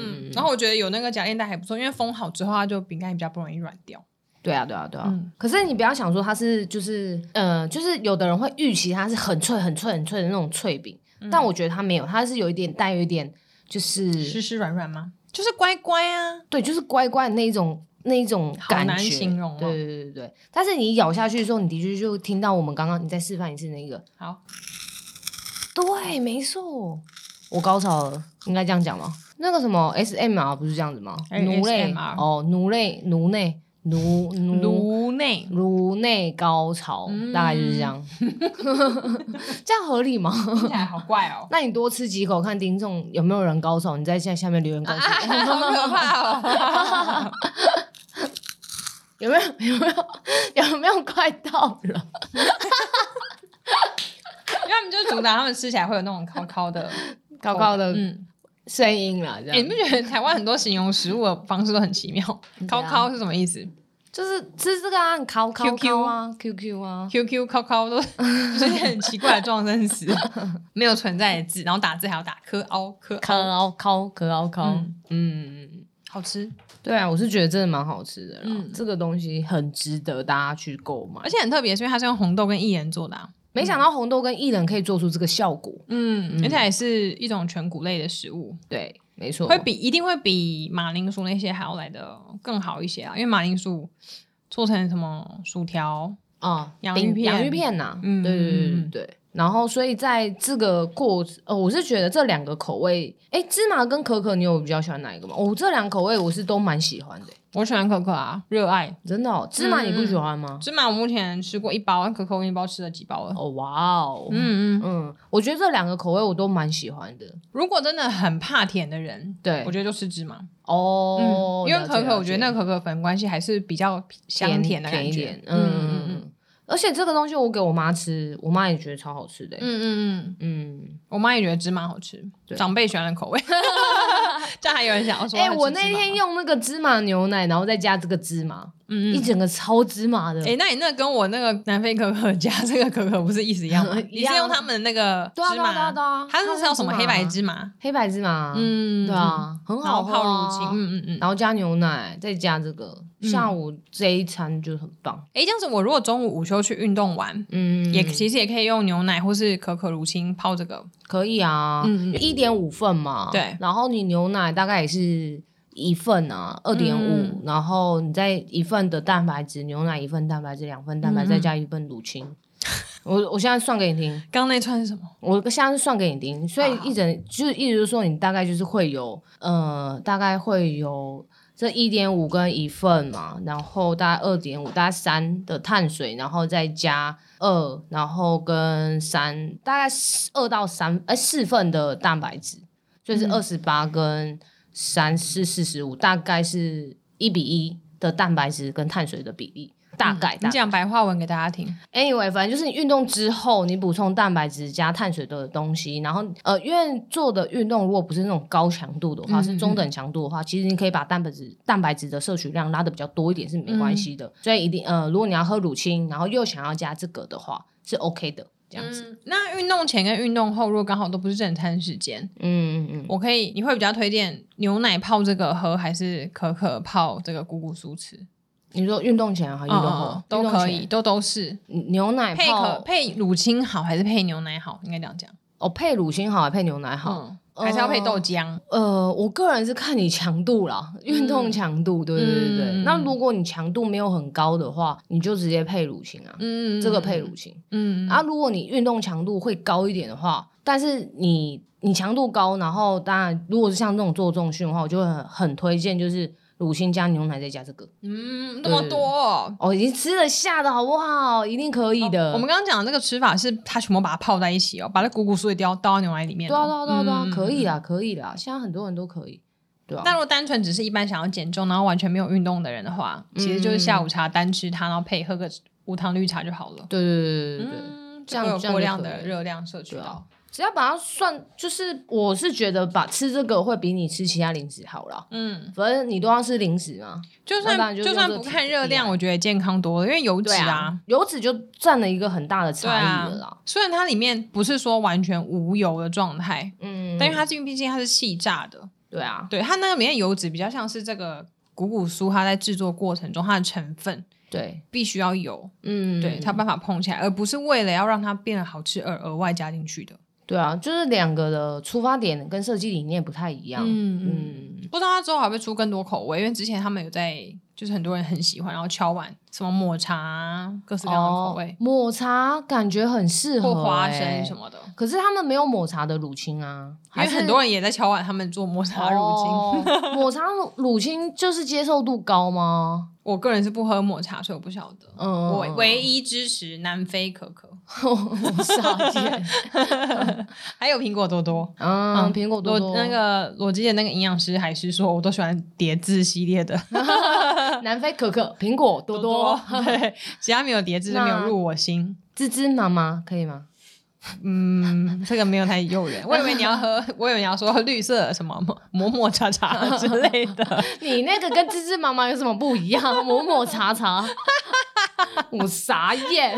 Speaker 1: 嗯嗯，
Speaker 2: 然后我觉得有那个假链带还不错，因为封好之后，它就饼干也比较不容易软掉。
Speaker 1: 对啊，对啊，对啊。
Speaker 2: 嗯
Speaker 1: 可是你不要想说它是就是呃，就是有的人会预期它是很脆、很脆、很脆的那种脆饼，
Speaker 2: 嗯
Speaker 1: 但我觉得它没有，它是有一点带有一点就是
Speaker 2: 湿湿软软吗？就是乖乖啊，
Speaker 1: 对，就是乖乖的那一种那一种
Speaker 2: 好
Speaker 1: 感
Speaker 2: 难
Speaker 1: 觉。
Speaker 2: 形容哦
Speaker 1: 对对对对对，但是你咬下去的时候，你的确就听到我们刚刚你再示范一次那个，
Speaker 2: 好，
Speaker 1: 对，没错，我高潮了，应该这样讲吗？那个什么 S M R 不是这样子吗？
Speaker 2: 哎
Speaker 1: 奴类
Speaker 2: SMR
Speaker 1: 哦，奴类奴内奴奴
Speaker 2: 颅内
Speaker 1: 颅内高潮，
Speaker 2: 嗯
Speaker 1: 大概就是这样， *laughs* 这样合理吗？ *laughs*，
Speaker 2: 听起来 *laughs* 好怪哦
Speaker 1: 那你多吃几口，看听众有没有人高潮，你在下下面留言告诉我。
Speaker 2: 好可
Speaker 1: *laughs*
Speaker 2: 怕哦！
Speaker 1: 有没有有没有有没有快到了？
Speaker 2: 因为他们就是主打他们吃起来会有那种烤烤的，
Speaker 1: 高高的
Speaker 2: 嗯，
Speaker 1: 声音啦，这
Speaker 2: 哎
Speaker 1: 样、
Speaker 2: 你不觉得台湾很多形容食物的方式都很奇妙？
Speaker 1: 啊
Speaker 2: 烤烤是什么意思
Speaker 1: 就是吃这个啊，烤烤
Speaker 2: QQ
Speaker 1: 烤啊，QQ 啊，
Speaker 2: ？QQ 烤烤都 *laughs* 就是一些很奇怪的撞
Speaker 1: *laughs*
Speaker 2: 声词，没有存在的字，然后打字还要打科凹科凹，
Speaker 1: 烤烤烤烤，
Speaker 2: 嗯
Speaker 1: 嗯。
Speaker 2: 好吃，
Speaker 1: 对啊，我是觉得真的蛮好吃的啦，
Speaker 2: 嗯
Speaker 1: 这个东西很值得大家去购买
Speaker 2: 而。且很特别，是因为它是用红豆跟薏仁做的、啊，
Speaker 1: 没想到红豆跟薏仁可以做出这个效果，
Speaker 2: 嗯，而且也是一种全谷类的食物，
Speaker 1: 对，没错，
Speaker 2: 会比一定会比马铃薯那些还要来的更好一些啊，因为马铃薯做成什么薯条，
Speaker 1: 啊、
Speaker 2: 洋
Speaker 1: 饼
Speaker 2: 芋片
Speaker 1: 洋芋片呐、
Speaker 2: 嗯
Speaker 1: 对对对
Speaker 2: 嗯
Speaker 1: 对
Speaker 2: 嗯
Speaker 1: 对。然后，所以在这个过，呃，我是觉得这两个口味，哎，芝麻跟可可，你有比较喜欢哪一个吗？哦，这两个口味我是都蛮喜欢的，
Speaker 2: 我喜欢可可啊，热爱
Speaker 1: 真的、哦。芝麻
Speaker 2: 嗯
Speaker 1: 你不喜欢吗？
Speaker 2: 芝麻，我目前吃过一包，可可我一包吃了几包了。
Speaker 1: 哦，哇哦，嗯
Speaker 2: 嗯嗯，
Speaker 1: 嗯，我觉得这两个口味我都蛮喜欢的。
Speaker 2: 如果真的很怕甜的人，
Speaker 1: 对
Speaker 2: 我，觉得就吃芝麻。
Speaker 1: 哦
Speaker 2: 嗯，，因为
Speaker 1: 了解
Speaker 2: 可可，
Speaker 1: 了
Speaker 2: 我觉
Speaker 1: 解
Speaker 2: 得那个可可粉关系还是比较香
Speaker 1: 甜
Speaker 2: 的感
Speaker 1: 一
Speaker 2: 觉
Speaker 1: 点。，嗯
Speaker 2: 嗯嗯
Speaker 1: 嗯
Speaker 2: 嗯
Speaker 1: 嗯。而且这个东西我给我妈吃，我妈也觉得超好吃的、欸
Speaker 2: 嗯嗯嗯，
Speaker 1: 嗯，
Speaker 2: 我妈也觉得芝麻好吃，
Speaker 1: 对
Speaker 2: 长辈喜欢的口 *laughs* 味。这样还有人想要说，
Speaker 1: 哎、
Speaker 2: 要吃
Speaker 1: 我
Speaker 2: 芝
Speaker 1: 那
Speaker 2: 麻
Speaker 1: 天
Speaker 2: 吗，
Speaker 1: 用那个芝麻牛奶，然后再加这个芝麻，
Speaker 2: 嗯嗯
Speaker 1: 一整个超芝麻的。？
Speaker 2: 哎、那你那跟我那个南非可可加这个可可不是意思一样吗
Speaker 1: *laughs* 一
Speaker 2: 你是
Speaker 1: 样啊
Speaker 2: 用他们的那个芝
Speaker 1: 对啊，对啊，对啊，
Speaker 2: 麻，
Speaker 1: 对啊，
Speaker 2: 它是叫什么
Speaker 1: 它
Speaker 2: 黑白芝麻？
Speaker 1: 黑白芝麻，嗯，
Speaker 2: 嗯，
Speaker 1: 对啊，很
Speaker 2: 嗯，然
Speaker 1: 好
Speaker 2: 后
Speaker 1: 喝
Speaker 2: 泡
Speaker 1: 啊
Speaker 2: 乳清，嗯嗯嗯。
Speaker 1: 然后加牛奶，再加这个，
Speaker 2: 嗯
Speaker 1: 下午这一餐就很棒。
Speaker 2: 哎、这样子我如果中午午休去运动完，
Speaker 1: 嗯，
Speaker 2: 也其实也可以用牛奶或是可可乳清泡这个，
Speaker 1: 可以啊，
Speaker 2: 嗯嗯
Speaker 1: 一点五份嘛，
Speaker 2: 对
Speaker 1: 然后你牛奶大概也是一份啊，二点
Speaker 2: 嗯
Speaker 1: 五，然后你再一份的蛋白质，牛奶一份蛋白质，两份蛋白，
Speaker 2: 嗯嗯
Speaker 1: 再加一份乳清。我我现在算给你听，
Speaker 2: 刚刚那串是什么？
Speaker 1: 我现在是算给你听，所以
Speaker 2: 好
Speaker 1: 一整就是意思就是说你大概就是会有，呃，大概会有这一点五跟一份嘛，然后大概二点五，大概三的碳水，然后再加二，然后跟三，大概二到三，呃，四份的蛋白质，所以是
Speaker 2: 嗯
Speaker 1: 二十八跟三四四十五，大概是一比一的蛋白质跟碳水的比例。大概
Speaker 2: 嗯你
Speaker 1: 大
Speaker 2: 讲白话文给大家听。
Speaker 1: Anyway，反正就是你运动之后，你补充蛋白质加碳水的东西，然后呃，因为做的运动如果不是那种高强度的话，
Speaker 2: 嗯
Speaker 1: 是中等强度的话，其实你可以把蛋白质蛋白质的摄取量拉的比较多一点是没关系
Speaker 2: 嗯
Speaker 1: 的。所以一定呃，如果你要喝乳清，然后又想要加这个的话，是 OK 的这样子。
Speaker 2: 嗯，那运动前跟运动后，如果刚好都不是正餐时间，
Speaker 1: 嗯嗯嗯，
Speaker 2: 我可以，你会比较推荐牛奶泡这个喝，还是可可泡这个谷谷酥吃？
Speaker 1: 你说运动前还是运动后
Speaker 2: 嗯嗯？都
Speaker 1: 运动
Speaker 2: 可
Speaker 1: 前
Speaker 2: 以，。都都是
Speaker 1: 牛奶
Speaker 2: 配可
Speaker 1: 泡
Speaker 2: 配乳清好，还是配牛奶好？应该这样讲，
Speaker 1: 哦，配乳清好还配牛奶好？
Speaker 2: 嗯，还是要配豆浆？
Speaker 1: 呃，我个人是看你强度啦，运动强度，对对对对。
Speaker 2: 嗯
Speaker 1: 那如果你强度没有很高的话，你就直接配乳清啊，
Speaker 2: 嗯，
Speaker 1: 这个配乳，清。
Speaker 2: 嗯，
Speaker 1: 啊，如果你运动强度会高一点的话，但是你你强度高，然后当然如果是像这种做重训的话，我就会很很推荐就是乳清加牛奶再加这个，
Speaker 2: 嗯，那么多哦。
Speaker 1: 哦，已经吃得下的好不好？一定可以的。
Speaker 2: 我们刚刚讲的这个吃法是，它全部把它泡在一起哦，把那谷谷酥也倒倒到牛奶里面哦。
Speaker 1: 对啊对啊对啊对啊，
Speaker 2: 嗯
Speaker 1: 可以啦可以啦，现在很多人都可以，对啊。
Speaker 2: 但如果单纯只是一般想要减重，然后完全没有运动的人的话，其实就是
Speaker 1: 嗯
Speaker 2: 下午茶单吃它，然后配喝个无糖绿茶就好了。
Speaker 1: 对对对对对对。
Speaker 2: 嗯，
Speaker 1: 这样
Speaker 2: 就会
Speaker 1: 这
Speaker 2: 有
Speaker 1: 样就
Speaker 2: 过量
Speaker 1: 可
Speaker 2: 的
Speaker 1: 以
Speaker 2: 热量摄取
Speaker 1: 对啊
Speaker 2: 到。
Speaker 1: 只要把它算，就是我是觉得把吃这个会比你吃其他零食好啦。
Speaker 2: 嗯，
Speaker 1: 反正你都要吃零食嘛，
Speaker 2: 就
Speaker 1: 那当
Speaker 2: 算
Speaker 1: 然就
Speaker 2: 就
Speaker 1: 用
Speaker 2: 算
Speaker 1: 这
Speaker 2: 不
Speaker 1: 个
Speaker 2: 看
Speaker 1: 体
Speaker 2: 热
Speaker 1: 力
Speaker 2: 量，
Speaker 1: 来
Speaker 2: 我觉得也健康多了，因为油脂
Speaker 1: 对
Speaker 2: 啊
Speaker 1: 啊，油脂就占了一个很大的差
Speaker 2: 对
Speaker 1: 异了
Speaker 2: 啊
Speaker 1: 啦。，
Speaker 2: 虽然它里面不是说完全无油的状态，
Speaker 1: 嗯，
Speaker 2: 但因为它毕竟它是气炸的，
Speaker 1: 对啊，
Speaker 2: 对它那个里面油脂比较像是这个谷谷酥，它在制作过程中它的成分
Speaker 1: 对，
Speaker 2: 必须要有，
Speaker 1: 嗯，
Speaker 2: 对它有办法碰起来，而不是为了要让它变得好吃而额外加进去的。
Speaker 1: 对啊，就是两个的出发点跟设计理念不太一样。
Speaker 2: 嗯嗯，
Speaker 1: 嗯，
Speaker 2: 不知道它之后还会出更多口味，因为之前他们有在，就是很多人很喜欢，然后敲碗什么抹茶啊，各式各样的口味，
Speaker 1: 哦抹茶感觉很适合、
Speaker 2: 或花生什
Speaker 1: 么。
Speaker 2: 么的。
Speaker 1: 可是他们没有抹茶的乳清啊，
Speaker 2: 因
Speaker 1: 还
Speaker 2: 为
Speaker 1: 是
Speaker 2: 很多人也在敲碗，他们做抹茶乳精。
Speaker 1: 哦 *laughs* 抹茶乳清就是接受度高吗？
Speaker 2: 我个人是不喝抹茶，所以我不晓得。
Speaker 1: 嗯，
Speaker 2: 我唯一支持南非可可，
Speaker 1: 我傻眼。
Speaker 2: 还有苹果多
Speaker 1: *laughs*
Speaker 2: 多。
Speaker 1: 嗯，苹果多
Speaker 2: 我
Speaker 1: 多
Speaker 2: 那个我之前那个营养师还是说，我都喜欢叠字系列的
Speaker 1: 南非可可、苹果多多、
Speaker 2: 对，只要没有叠字就没有入我心。
Speaker 1: 芝芝妈妈可以
Speaker 2: *laughs*
Speaker 1: 吗？
Speaker 2: 嗯，这个没有太诱人。我以为你要喝，我以为你要说绿色什么抹抹
Speaker 1: *laughs*
Speaker 2: 茶茶之类的。
Speaker 1: 你那个跟芝芝妈妈有什么不一样？抹抹茶
Speaker 2: *laughs*
Speaker 1: 茶，我傻眼。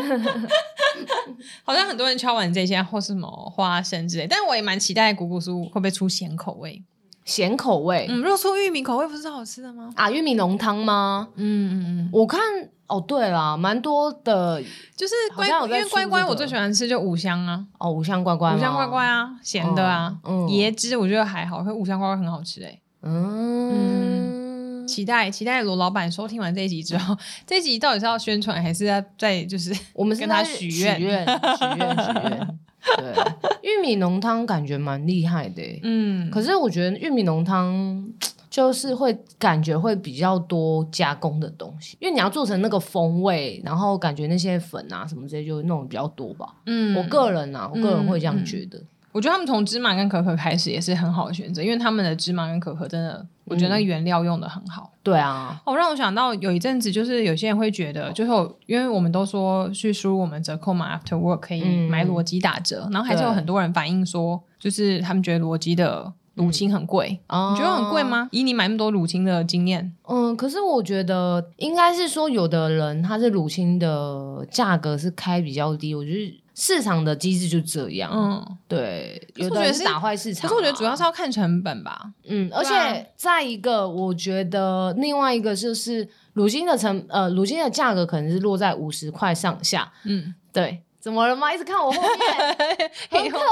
Speaker 2: 好像很多人敲完这些，或是什么花生之类，但我也蛮期待谷谷酥会不会出咸口味。
Speaker 1: 咸口味、
Speaker 2: 嗯，如果出玉米口味，不是好吃的吗？
Speaker 1: 啊，玉米浓汤吗？
Speaker 2: 嗯嗯嗯，
Speaker 1: 我看哦，对啦，蛮多的
Speaker 2: 就是
Speaker 1: 好
Speaker 2: 乖，
Speaker 1: 像有
Speaker 2: 因
Speaker 1: 在
Speaker 2: 为
Speaker 1: 出
Speaker 2: 乖乖
Speaker 1: 这个
Speaker 2: 我最喜欢吃就五香啊，
Speaker 1: 哦，五香乖乖吗，
Speaker 2: 五香乖乖啊，咸的啊，
Speaker 1: 哦嗯嗯
Speaker 2: 椰汁我觉得还好，可是五香乖乖很好吃哎、
Speaker 1: 嗯，
Speaker 2: 期待期待罗老板收听完这一集之后， *laughs* 这一集到底是要宣传还是要在就是
Speaker 1: 我们是
Speaker 2: 跟
Speaker 1: 在
Speaker 2: 他许愿
Speaker 1: 愿，许愿，许愿，许愿。对，啊
Speaker 2: *laughs*
Speaker 1: 玉米浓汤感觉蛮厉害的欸。
Speaker 2: 嗯，
Speaker 1: 可是我觉得玉米浓汤就是会感觉会比较多加工的东西，因为你要做成那个风味，然后感觉那些粉啊什么这些就弄的比较多吧。
Speaker 2: 嗯
Speaker 1: 我个人啊，我个人会这样觉得。
Speaker 2: 我觉得他们从芝麻跟可可开始也是很好的选择，因为他们的芝麻跟可可真的，我觉得那个
Speaker 1: 嗯
Speaker 2: 原料用的很好。
Speaker 1: 对啊，
Speaker 2: 哦，让我想到有一阵子，就是有些人会觉得，就是我因为我们都说去输入我们折扣码 After Work 可以
Speaker 1: 嗯
Speaker 2: 买裸机打折，然后还是有
Speaker 1: 对
Speaker 2: 很多人反映说，就是他们觉得裸机的乳清很贵，
Speaker 1: 你
Speaker 2: 你觉得很贵？
Speaker 1: 哦
Speaker 2: 吗？以你买那么多乳清的经验，
Speaker 1: 嗯，可是我觉得应该是说，有的人他是乳清的价格是开比较低，我觉得市场的机制就这样。
Speaker 2: 嗯，
Speaker 1: 对，
Speaker 2: 是
Speaker 1: 有
Speaker 2: 我
Speaker 1: 的
Speaker 2: 觉
Speaker 1: 人
Speaker 2: 得是
Speaker 1: 是打坏市场、
Speaker 2: 可
Speaker 1: 啊。
Speaker 2: 是我觉得主要是要看成本吧，
Speaker 1: 嗯，而
Speaker 2: 对啊
Speaker 1: 且再一个，我觉得另外一个就是乳清的成呃，乳清的价格可能是落在五十块上下。
Speaker 2: 嗯，
Speaker 1: 对，怎么了吗？一直看我后面，很可
Speaker 2: *laughs* 后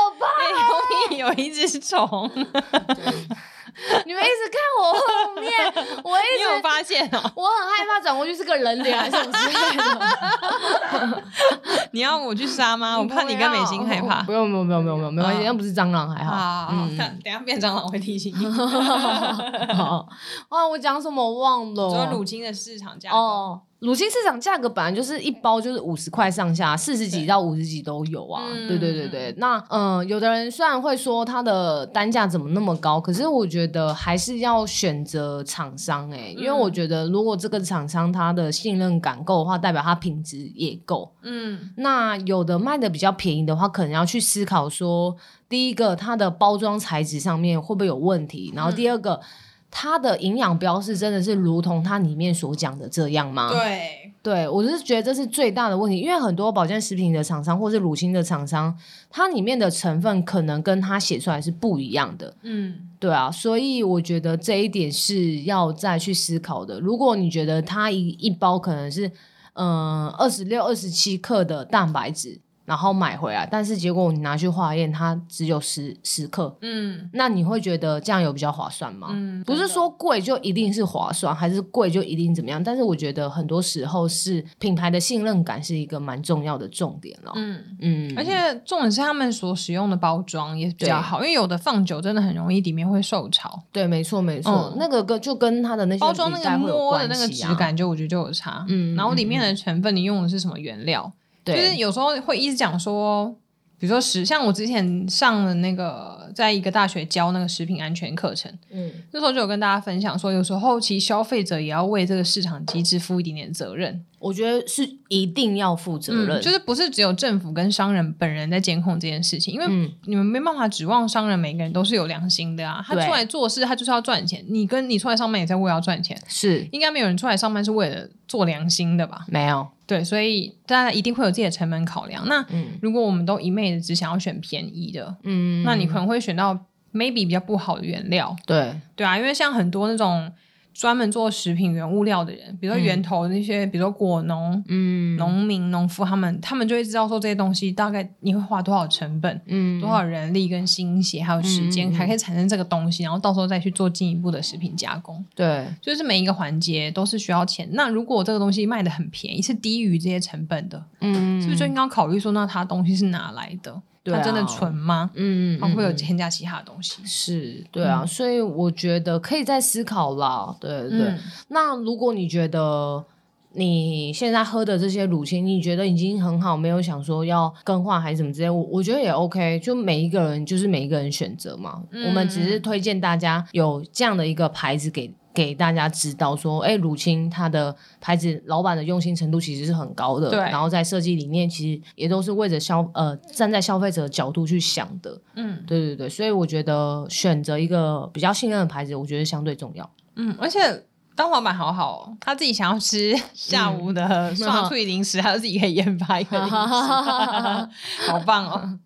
Speaker 2: 面有一只虫，
Speaker 1: 怕，你们一直看我后面，我一
Speaker 2: 你有
Speaker 1: 直。
Speaker 2: 发现哦？ *laughs*
Speaker 1: 我很害怕转过去是个人脸还是什么之类的，
Speaker 2: 你要我去杀吗？ *laughs* 我怕你跟美心害怕。啊
Speaker 1: 不用嗯不用不用不用不用，没关系，那不是蟑螂还好。
Speaker 2: 好，看等一下变蟑螂我会提醒
Speaker 1: *laughs*
Speaker 2: 你。
Speaker 1: 嗯好，啊，我讲什么我忘了。
Speaker 2: 说乳清的市场价格，
Speaker 1: 哦，乳清市场价格本来就是一包就是五十块上下，四十几到五十几都有啊。
Speaker 2: 嗯
Speaker 1: 对对对对，那嗯、呃有的人虽然会说它的单价怎么那么高，可是我觉得还是要选择厂商哎、因为
Speaker 2: 嗯
Speaker 1: 我觉得如果这个厂商它的信任感够的话，代表它品质也够。
Speaker 2: 嗯
Speaker 1: 那有的卖的比较便宜的话，可能要去思考说，第一个它的包装材质上面会不会有问题，然后第二个。它的营养标示真的是如同它里面所讲的这样吗？
Speaker 2: 对，
Speaker 1: 对，我是觉得这是最大的问题，因为很多保健食品的厂商或是乳清的厂商，它里面的成分可能跟它写出来是不一样的，
Speaker 2: 嗯
Speaker 1: 对啊，所以我觉得这一点是要再去思考的。如果你觉得它一一包可能是嗯二十六、二十七克的蛋白质，然后买回来，但是结果你拿去化验，它只有十十克，
Speaker 2: 嗯
Speaker 1: 那你会觉得这样有比较划算吗？
Speaker 2: 嗯，
Speaker 1: 不是说贵就一定是划算，还是贵就一定怎么样？但是我觉得很多时候是品牌的信任感是一个蛮重要的重点了。
Speaker 2: 嗯。
Speaker 1: 嗯，
Speaker 2: 而且重点是他们所使用的包装也比较
Speaker 1: 对
Speaker 2: 好，因为有的放久真的很容易里面会受潮，
Speaker 1: 对，没错没错，
Speaker 2: 嗯
Speaker 1: 那个跟就跟它的那些
Speaker 2: 包装那
Speaker 1: 履
Speaker 2: 个
Speaker 1: 带会有
Speaker 2: 摸的那
Speaker 1: 关
Speaker 2: 个
Speaker 1: 系
Speaker 2: 质
Speaker 1: 啊
Speaker 2: 感就我觉得就有差，
Speaker 1: 嗯
Speaker 2: 然后里
Speaker 1: 嗯
Speaker 2: 面的成分你用的是什么原料，
Speaker 1: 对，
Speaker 2: 就是有时候会一直讲说，比如说食，像我之前上了那个，在一个大学教那个食品安全课程，
Speaker 1: 嗯
Speaker 2: 那时候就有跟大家分享说，有时候其实消费者也要为这个市场机制负一点点责任，
Speaker 1: 我觉得是一定要负责任，
Speaker 2: 嗯就是不是只有政府跟商人本人在监控这件事情，因为。
Speaker 1: 嗯
Speaker 2: 你们没办法指望商人每个人都是有良心的啊，他
Speaker 1: 对
Speaker 2: 出来做事，他就是要赚钱。你跟你出来上班也在为了要赚钱，
Speaker 1: 是
Speaker 2: 应该没有人出来上班是为了做良心的吧？
Speaker 1: 没有
Speaker 2: 对，所以大家一定会有自己的成本考量。那
Speaker 1: 嗯
Speaker 2: 如果我们都一昧的只想要选便宜的，
Speaker 1: 嗯，
Speaker 2: 那你可能会选到 maybe 比较不好的原料，
Speaker 1: 对
Speaker 2: 对啊，因为像很多那种专门做食品原物料的人，比如说源头那些，比如说果农、
Speaker 1: 嗯
Speaker 2: 农民、农夫，他们他们就会知道说这些东西大概你会花多少成本。
Speaker 1: 嗯
Speaker 2: 多少人力跟心血，还有时
Speaker 1: 嗯
Speaker 2: 间，
Speaker 1: 嗯嗯
Speaker 2: 才可以产生这个东西，然后到时候再去做进一步的食品加工，
Speaker 1: 对
Speaker 2: 就是每一个环节都是需要钱。那如果这个东西卖的很便宜，是低于这些成本的，
Speaker 1: 嗯
Speaker 2: 是不是就应该要考虑说，那它东西是哪来的？
Speaker 1: 对啊
Speaker 2: 它真的纯吗？
Speaker 1: 嗯
Speaker 2: 它会不会有
Speaker 1: 嗯
Speaker 2: 添加其他的东西？
Speaker 1: 是对啊，
Speaker 2: 嗯
Speaker 1: 所以我觉得可以再思考啦，对对对。
Speaker 2: 嗯
Speaker 1: 那如果你觉得你现在喝的这些乳清，你觉得已经很好，没有想说要更换还是什么之类，我我觉得也 OK。就每一个人就是每一个人选择嘛，
Speaker 2: 嗯
Speaker 1: 我们只是推荐大家有这样的一个牌子给。给大家知道说，哎、乳清它的牌子老板的用心程度其实是很高的，
Speaker 2: 对
Speaker 1: 然后在设计理念其实也都是为着消呃站在消费者的角度去想的，
Speaker 2: 嗯
Speaker 1: 对对对，所以我觉得选择一个比较信任的牌子，我觉得相对重要。
Speaker 2: 嗯，而且当老板好好哦，他自己想要吃
Speaker 1: 嗯
Speaker 2: *laughs* 下午
Speaker 1: *laughs*
Speaker 2: 的刷脆零食，他自己可以研发一个零食，
Speaker 1: *laughs*
Speaker 2: 好棒哦！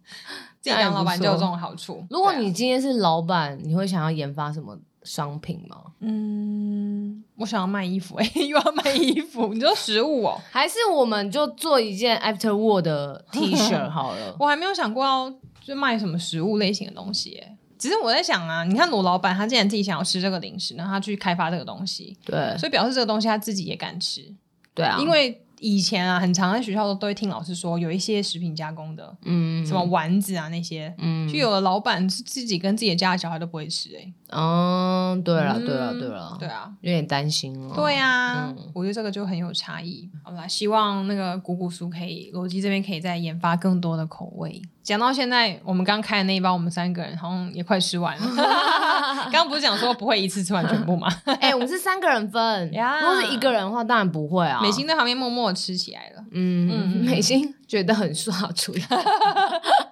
Speaker 2: 自己当老板就有这种好处。
Speaker 1: 如果
Speaker 2: 对啊
Speaker 1: 你今天是老板，你会想要研发什么商品吗？
Speaker 2: 嗯，我想要卖衣服，哎， *laughs* 又要卖衣服，你说食物哦。
Speaker 1: 还是我们就做一件 After War
Speaker 2: *laughs*
Speaker 1: 的 T 恤好了？
Speaker 2: 我还没有想过要就卖什么食物类型的东西耶。只是我在想啊，你看罗老板他既然自己想要吃这个零食，然后他去开发这个东西，
Speaker 1: 对
Speaker 2: 所以表示这个东西他自己也敢吃。
Speaker 1: 对啊，
Speaker 2: 因为以前啊，很常在学校都会听老师说，有一些食品加工的，
Speaker 1: 嗯
Speaker 2: 什么丸子啊那些，
Speaker 1: 嗯
Speaker 2: 就有的老板是自己跟自己的家的小孩都不会吃、欸，
Speaker 1: 嗯，对了
Speaker 2: 嗯
Speaker 1: 对了对了，
Speaker 2: 对啊。
Speaker 1: 有点担心哦。
Speaker 2: 对啊，
Speaker 1: 嗯
Speaker 2: 我觉得这个就很有差异。好啦，希望那个谷谷酥可以，罗辑这边可以再研发更多的口味。讲到现在，我们刚开的那一包，我们三个人好像也快吃完
Speaker 1: *laughs*
Speaker 2: 了。刚不是讲说不会一次吃完全部吗？
Speaker 1: 哎，我们是三个人分，
Speaker 2: *laughs* 呀
Speaker 1: 如果是一个人的话，当然不会啊。
Speaker 2: 美心在旁边默默地吃起来了。
Speaker 1: 嗯，*laughs*
Speaker 2: 嗯
Speaker 1: 美心觉得很啊刷出
Speaker 2: *laughs*
Speaker 1: 来。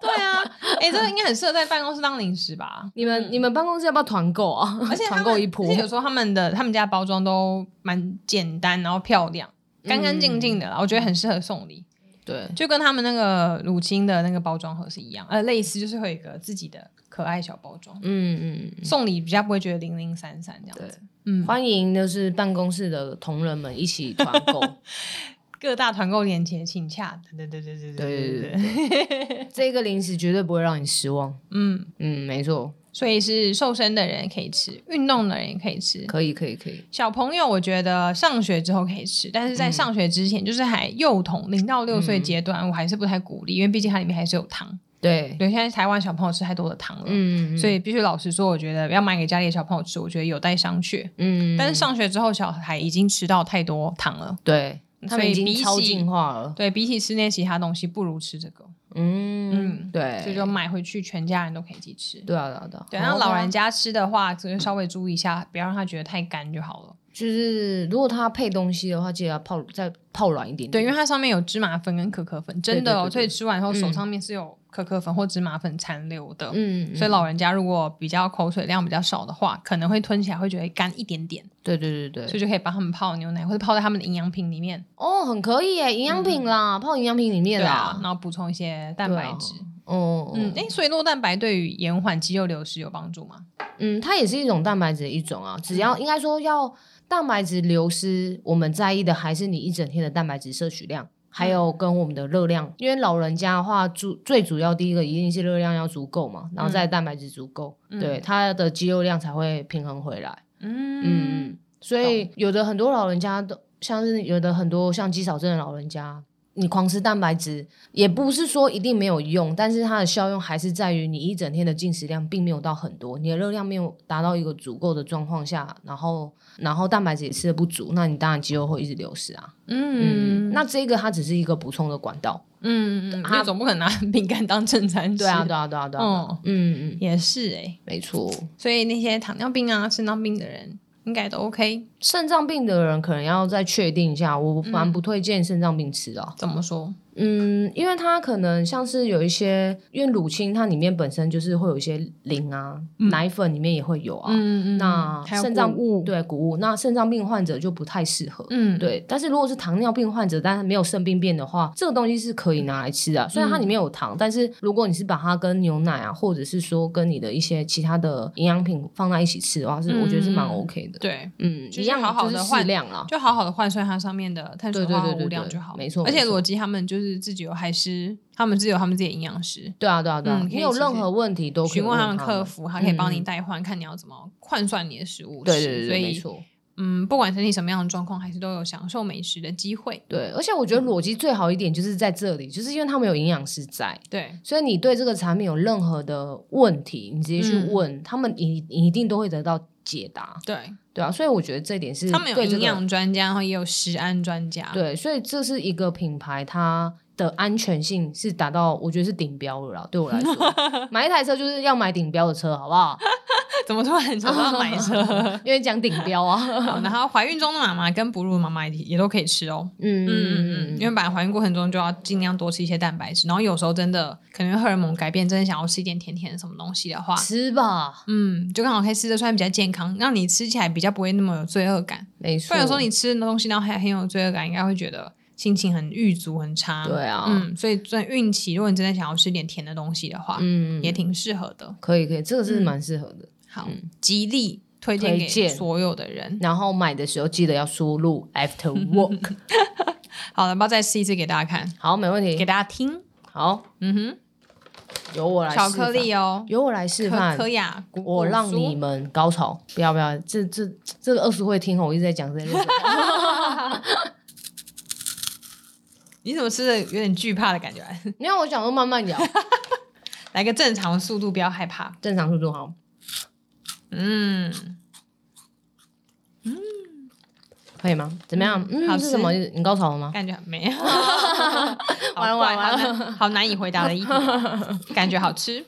Speaker 2: 对啊，哎、这个应该很适合在办公室当零食吧？
Speaker 1: 你们你们办公室要不要团购啊？
Speaker 2: 嗯而且他
Speaker 1: 团
Speaker 2: 们
Speaker 1: 购一波
Speaker 2: 而且。有时候他们的他们家包装都蛮简单，然后漂亮，干干净净的啦，我觉得很适合送礼，
Speaker 1: 对，
Speaker 2: 就跟他们那个乳清的那个包装盒是一样，呃，类似就是会有一个自己的可爱小包装，
Speaker 1: 嗯嗯
Speaker 2: 送礼比较不会觉得零零散散这样子。
Speaker 1: 嗯，
Speaker 2: 嗯，
Speaker 1: 欢迎就是办公室的同仁们一起团
Speaker 2: *laughs*
Speaker 1: 购。
Speaker 2: 各大团购链接请洽，对对对对对
Speaker 1: 对这个零食绝对不会让你失望。
Speaker 2: 嗯，
Speaker 1: 嗯，没错，
Speaker 2: 所以是瘦身的人也可以吃，运动的人也可以吃，
Speaker 1: 可以，可以，可以。
Speaker 2: 小朋友，我觉得上学之后可以吃，但是
Speaker 1: 嗯
Speaker 2: 在上学之前，就是还幼童零到六岁阶段，我还是不太鼓励，因为毕竟它里面还是有糖。
Speaker 1: 对，
Speaker 2: 对，现在台湾小朋友吃太多的糖了，
Speaker 1: 嗯，
Speaker 2: 所
Speaker 1: 以，
Speaker 2: 以必须老实说，我觉得要买给家里的小朋友吃，我觉得有待商榷。
Speaker 1: 嗯，
Speaker 2: 但是上学之后，小孩已经吃到太多糖了，
Speaker 1: 对，他
Speaker 2: 所
Speaker 1: 们已
Speaker 2: 以
Speaker 1: 经
Speaker 2: 比
Speaker 1: 超进
Speaker 2: 起
Speaker 1: 化了。
Speaker 2: 对比起室内其他东西，不如吃这个，
Speaker 1: 嗯，
Speaker 2: 嗯
Speaker 1: 对，
Speaker 2: 所以就买回去全家人都可以一起吃。
Speaker 1: 对啊，对啊，对啊。
Speaker 2: 对，
Speaker 1: 好
Speaker 2: 那老
Speaker 1: 啊
Speaker 2: 人家吃的话，只是稍微注意一下，不要让他觉得太干就好了。
Speaker 1: 就是如果它配东西的话，记得要泡再泡软一点点。
Speaker 2: 对，因为它上面有芝麻粉跟可可粉，真的
Speaker 1: 对
Speaker 2: 哦，
Speaker 1: 对对
Speaker 2: 所以吃完后手
Speaker 1: 嗯
Speaker 2: 上面是有可可粉或芝麻粉残留的。
Speaker 1: 嗯，
Speaker 2: 所以
Speaker 1: 嗯
Speaker 2: 老人家如果比较口水量比较少的话，可能会吞起来会觉得干一点点，
Speaker 1: 对对对
Speaker 2: 所
Speaker 1: 对，
Speaker 2: 以就可以帮他们泡牛奶或者泡在他们的营养品里面，
Speaker 1: 哦，很可以耶，营养品啦，泡营养品里面
Speaker 2: 对啊
Speaker 1: 啦，，
Speaker 2: 然后补充一些蛋
Speaker 1: 对
Speaker 2: 白
Speaker 1: 啊
Speaker 2: 质。
Speaker 1: 嗯
Speaker 2: 嗯，
Speaker 1: 嗯
Speaker 2: 哎，所以酪蛋白对于延缓肌肉流失有帮助吗？
Speaker 1: 嗯，它也是一种蛋白质的一种啊。只要应该说要蛋白质流失，我们在意的还是你一整天的蛋白质摄取量。还有跟我们的热量，因为老人家的话，主最主要第一个一定是热量要足够嘛，然后再来蛋白质足够，
Speaker 2: 嗯
Speaker 1: 对它的肌肉量才会平衡回来。
Speaker 2: 嗯
Speaker 1: 嗯，所以有的很多老人家都像是有的很多像肌少症的老人家，你狂吃蛋白质也不是说一定没有用，但是它的效用还是在于你一整天的进食量并没有到很多，你的热量没有达到一个足够的状况下，然后然后蛋白质也吃的不足，那你当然肌肉会一直流失啊。
Speaker 2: 嗯
Speaker 1: 嗯，那这个它只是一个补充的管道。
Speaker 2: 嗯嗯，
Speaker 1: 它
Speaker 2: 你总不可能拿 *laughs* 饼干当正餐吃。
Speaker 1: 啊对啊，对啊，对啊，对啊。
Speaker 2: 嗯，
Speaker 1: 嗯嗯，
Speaker 2: 也是哎、
Speaker 1: 没错。
Speaker 2: 所以那些糖尿病啊、肾脏病的人应该都 OK。
Speaker 1: 肾脏病的人可能要再确定一下，我
Speaker 2: 嗯
Speaker 1: 蛮不推荐肾脏病吃的啊、
Speaker 2: 怎么说？
Speaker 1: 嗯，因为它可能像是有一些，因为乳清它里面本身就是会有一些磷啊，奶粉里面也会有啊。
Speaker 2: 嗯
Speaker 1: 那
Speaker 2: 还有
Speaker 1: 肾脏
Speaker 2: 谷物，
Speaker 1: 对谷物，那肾脏病患者就不太适合。
Speaker 2: 嗯，
Speaker 1: 对，但是如果是糖尿病患者，但是没有肾病变的话，这个东西是可以拿来吃啊的。虽然它
Speaker 2: 嗯
Speaker 1: 里面有糖，但是如果你是把它跟牛奶啊，或者是说跟你的一些其他的营养品放在一起吃的话，是、我觉得是蛮
Speaker 2: 嗯
Speaker 1: OK 的。
Speaker 2: 对，
Speaker 1: 嗯，
Speaker 2: 就是
Speaker 1: 一样
Speaker 2: 好好
Speaker 1: 就是
Speaker 2: 地
Speaker 1: 适
Speaker 2: 换
Speaker 1: 量啦。
Speaker 2: 就好好的换算它上面的碳水
Speaker 1: 对
Speaker 2: 化
Speaker 1: 对
Speaker 2: 合
Speaker 1: 对对
Speaker 2: 物量
Speaker 1: 对
Speaker 2: 就好。
Speaker 1: 没错
Speaker 2: 而且
Speaker 1: 没错
Speaker 2: 裸肌他们就是自己有还是他们自己有他们自己的营养师。
Speaker 1: 对啊，对啊，对啊，
Speaker 2: 嗯可以
Speaker 1: 你有
Speaker 2: 其
Speaker 1: 任
Speaker 2: 实
Speaker 1: 何问题都可以
Speaker 2: 询问他
Speaker 1: 们
Speaker 2: 们客服，他可以帮
Speaker 1: 嗯
Speaker 2: 你
Speaker 1: 嗯
Speaker 2: 代换，看你要怎么换算你的食物吃。
Speaker 1: 对对对
Speaker 2: 所
Speaker 1: 对，没
Speaker 2: 以
Speaker 1: 错。
Speaker 2: 嗯，不管身体什么样的状况，还是都有享受美食的机会。
Speaker 1: 对，而且我
Speaker 2: 嗯
Speaker 1: 觉得裸肌最好一点就是在这里，就是因为他们有营养师在，
Speaker 2: 对，
Speaker 1: 所以你对这个产品有任何的问题，你直接去
Speaker 2: 嗯
Speaker 1: 问、他们一，你一定都会得到解答，
Speaker 2: 对，
Speaker 1: 对啊，所以我觉得这点是
Speaker 2: 他们有
Speaker 1: 对这
Speaker 2: 营
Speaker 1: 个
Speaker 2: 养专家，然后也有食安专家。
Speaker 1: 对，所以这是一个品牌它。的安全性是达到，我觉得是顶标了啦。对我来
Speaker 2: *laughs*
Speaker 1: 说，买一台车就是要买顶标的车，好不好？
Speaker 2: *laughs* 怎么突然想
Speaker 1: *laughs*
Speaker 2: 到买车？
Speaker 1: 因为讲顶标
Speaker 2: *laughs*
Speaker 1: 啊，
Speaker 2: 好然后怀孕中的妈妈跟哺乳的妈妈也也都可以吃哦。
Speaker 1: 嗯
Speaker 2: 嗯嗯嗯，因为本来怀孕过程中就要尽量多吃一些蛋白质，然后有时候真的可能荷尔蒙改变，真的想要吃一点甜甜的什么东西的话，
Speaker 1: 吃吧，
Speaker 2: 嗯，就刚好可以吃的算比较健康，让你吃起来比较不会那么有罪恶感。
Speaker 1: 没
Speaker 2: 不
Speaker 1: 错。
Speaker 2: 然有时候你吃的东西，然后还很有罪恶感，应该会觉得心情很郁卒很差。
Speaker 1: 对啊
Speaker 2: 嗯，所以在孕期，如果你真的想要吃一点甜的东西的话，
Speaker 1: 嗯
Speaker 2: 也嗯挺适合的。
Speaker 1: 可以可以，这个是蛮适合的。
Speaker 2: 好，极力嗯推荐
Speaker 1: 推荐
Speaker 2: 给所有的人。
Speaker 1: 然后买的时候记得要输入
Speaker 2: *laughs*
Speaker 1: after work。
Speaker 2: 好了，要不要再试一次给大家看，
Speaker 1: 好，没问
Speaker 2: 给
Speaker 1: 题。
Speaker 2: 大家听？
Speaker 1: 好，
Speaker 2: 嗯
Speaker 1: 由我来
Speaker 2: 哼，
Speaker 1: 示范
Speaker 2: 巧克力哦，
Speaker 1: 由我来示
Speaker 2: 可
Speaker 1: 范。
Speaker 2: 可雅谷
Speaker 1: 我让你们高潮，不要不要，这这这个二叔会听哦，我一直在讲这个。
Speaker 2: 你怎么吃的有点惧怕的感觉？啊
Speaker 1: 因为我想说慢慢咬，
Speaker 2: *laughs* 来个正常的速度，不要害怕。
Speaker 1: 正常速度好。
Speaker 2: 嗯，
Speaker 1: 可以吗？怎么样？嗯，
Speaker 2: 好吃
Speaker 1: 是什么意思？你高潮了吗？
Speaker 2: 感觉没有，
Speaker 1: *laughs* 完了
Speaker 2: *laughs* 好
Speaker 1: 完
Speaker 2: 怪
Speaker 1: 了
Speaker 2: 好难好难以回答的一
Speaker 1: *laughs*
Speaker 2: 题哦，感觉好吃。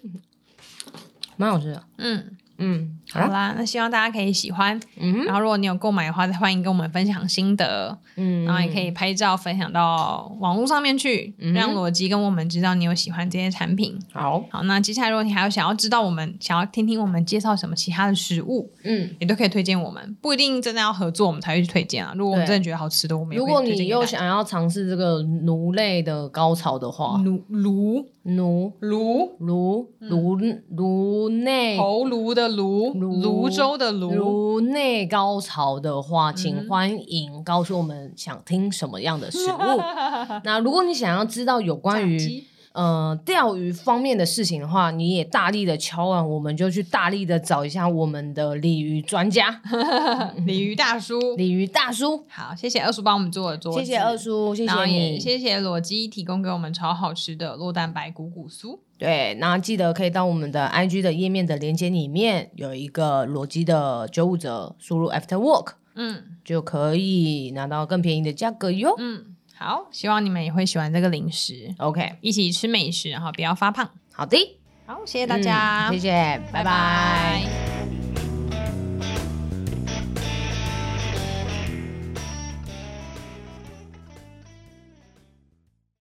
Speaker 1: 蛮好吃的。
Speaker 2: 嗯，
Speaker 1: 嗯，好
Speaker 2: 好
Speaker 1: 啦，
Speaker 2: 啦，那希望大家可以喜欢。
Speaker 1: 嗯
Speaker 2: 然后如果你有购买的话，欢迎跟我们分享心得，
Speaker 1: 嗯，
Speaker 2: 然后也可以拍照分享到网络上面去，
Speaker 1: 嗯
Speaker 2: 让裸机跟我们知道你有喜欢这些产品。
Speaker 1: 好，
Speaker 2: 好，那接下来如果你还有想要知道我们想要听听我们介绍什么其他的食物，
Speaker 1: 嗯。
Speaker 2: 也都可以推荐我们，不一定真的要合作我们才会去推荐啊。如果我们
Speaker 1: 对
Speaker 2: 真的觉得好吃的，我们也
Speaker 1: 如
Speaker 2: 会
Speaker 1: 果
Speaker 2: 推荐
Speaker 1: 你
Speaker 2: 给
Speaker 1: 又
Speaker 2: 大家
Speaker 1: 想要尝试这个奴类的高潮的话，
Speaker 2: 炉炉
Speaker 1: 奴
Speaker 2: 炉
Speaker 1: 颅
Speaker 2: 嗯
Speaker 1: 颅颅内
Speaker 2: 头颅的炉，
Speaker 1: 炉
Speaker 2: 泸州的炉，
Speaker 1: 颅内高潮的话，
Speaker 2: 嗯
Speaker 1: 请欢迎告诉我们想听什么样的食物。那如果你想要知道有关
Speaker 2: 炸
Speaker 1: 于
Speaker 2: 鸡
Speaker 1: 呃钓鱼方面的事情的话，你也大力的敲碗，我们就去大力的找一下我们的鲤鱼专家、
Speaker 2: *laughs* 鲤鱼大叔。
Speaker 1: 鲤鱼大叔。
Speaker 2: 好，谢谢二叔帮我们做的桌子，
Speaker 1: 谢谢二。叔，谢
Speaker 2: 然后
Speaker 1: 谢
Speaker 2: 也
Speaker 1: 你。
Speaker 2: 谢谢裸鸡提供给我们超好吃的落蛋白骨骨酥。
Speaker 1: 对，那记得可以到我们的 IG 的页面的连接里面有一个裸机的九五折，输入 After Work，
Speaker 2: 嗯
Speaker 1: 就可以拿到更便宜的价格哟。
Speaker 2: 嗯，好，希望你们也会喜欢这个零食，
Speaker 1: OK，
Speaker 2: 一起吃美食，然后不要发胖。
Speaker 1: 好的，
Speaker 2: 好，谢谢大
Speaker 1: 嗯
Speaker 2: 家，
Speaker 1: 嗯谢谢，拜拜
Speaker 2: 拜拜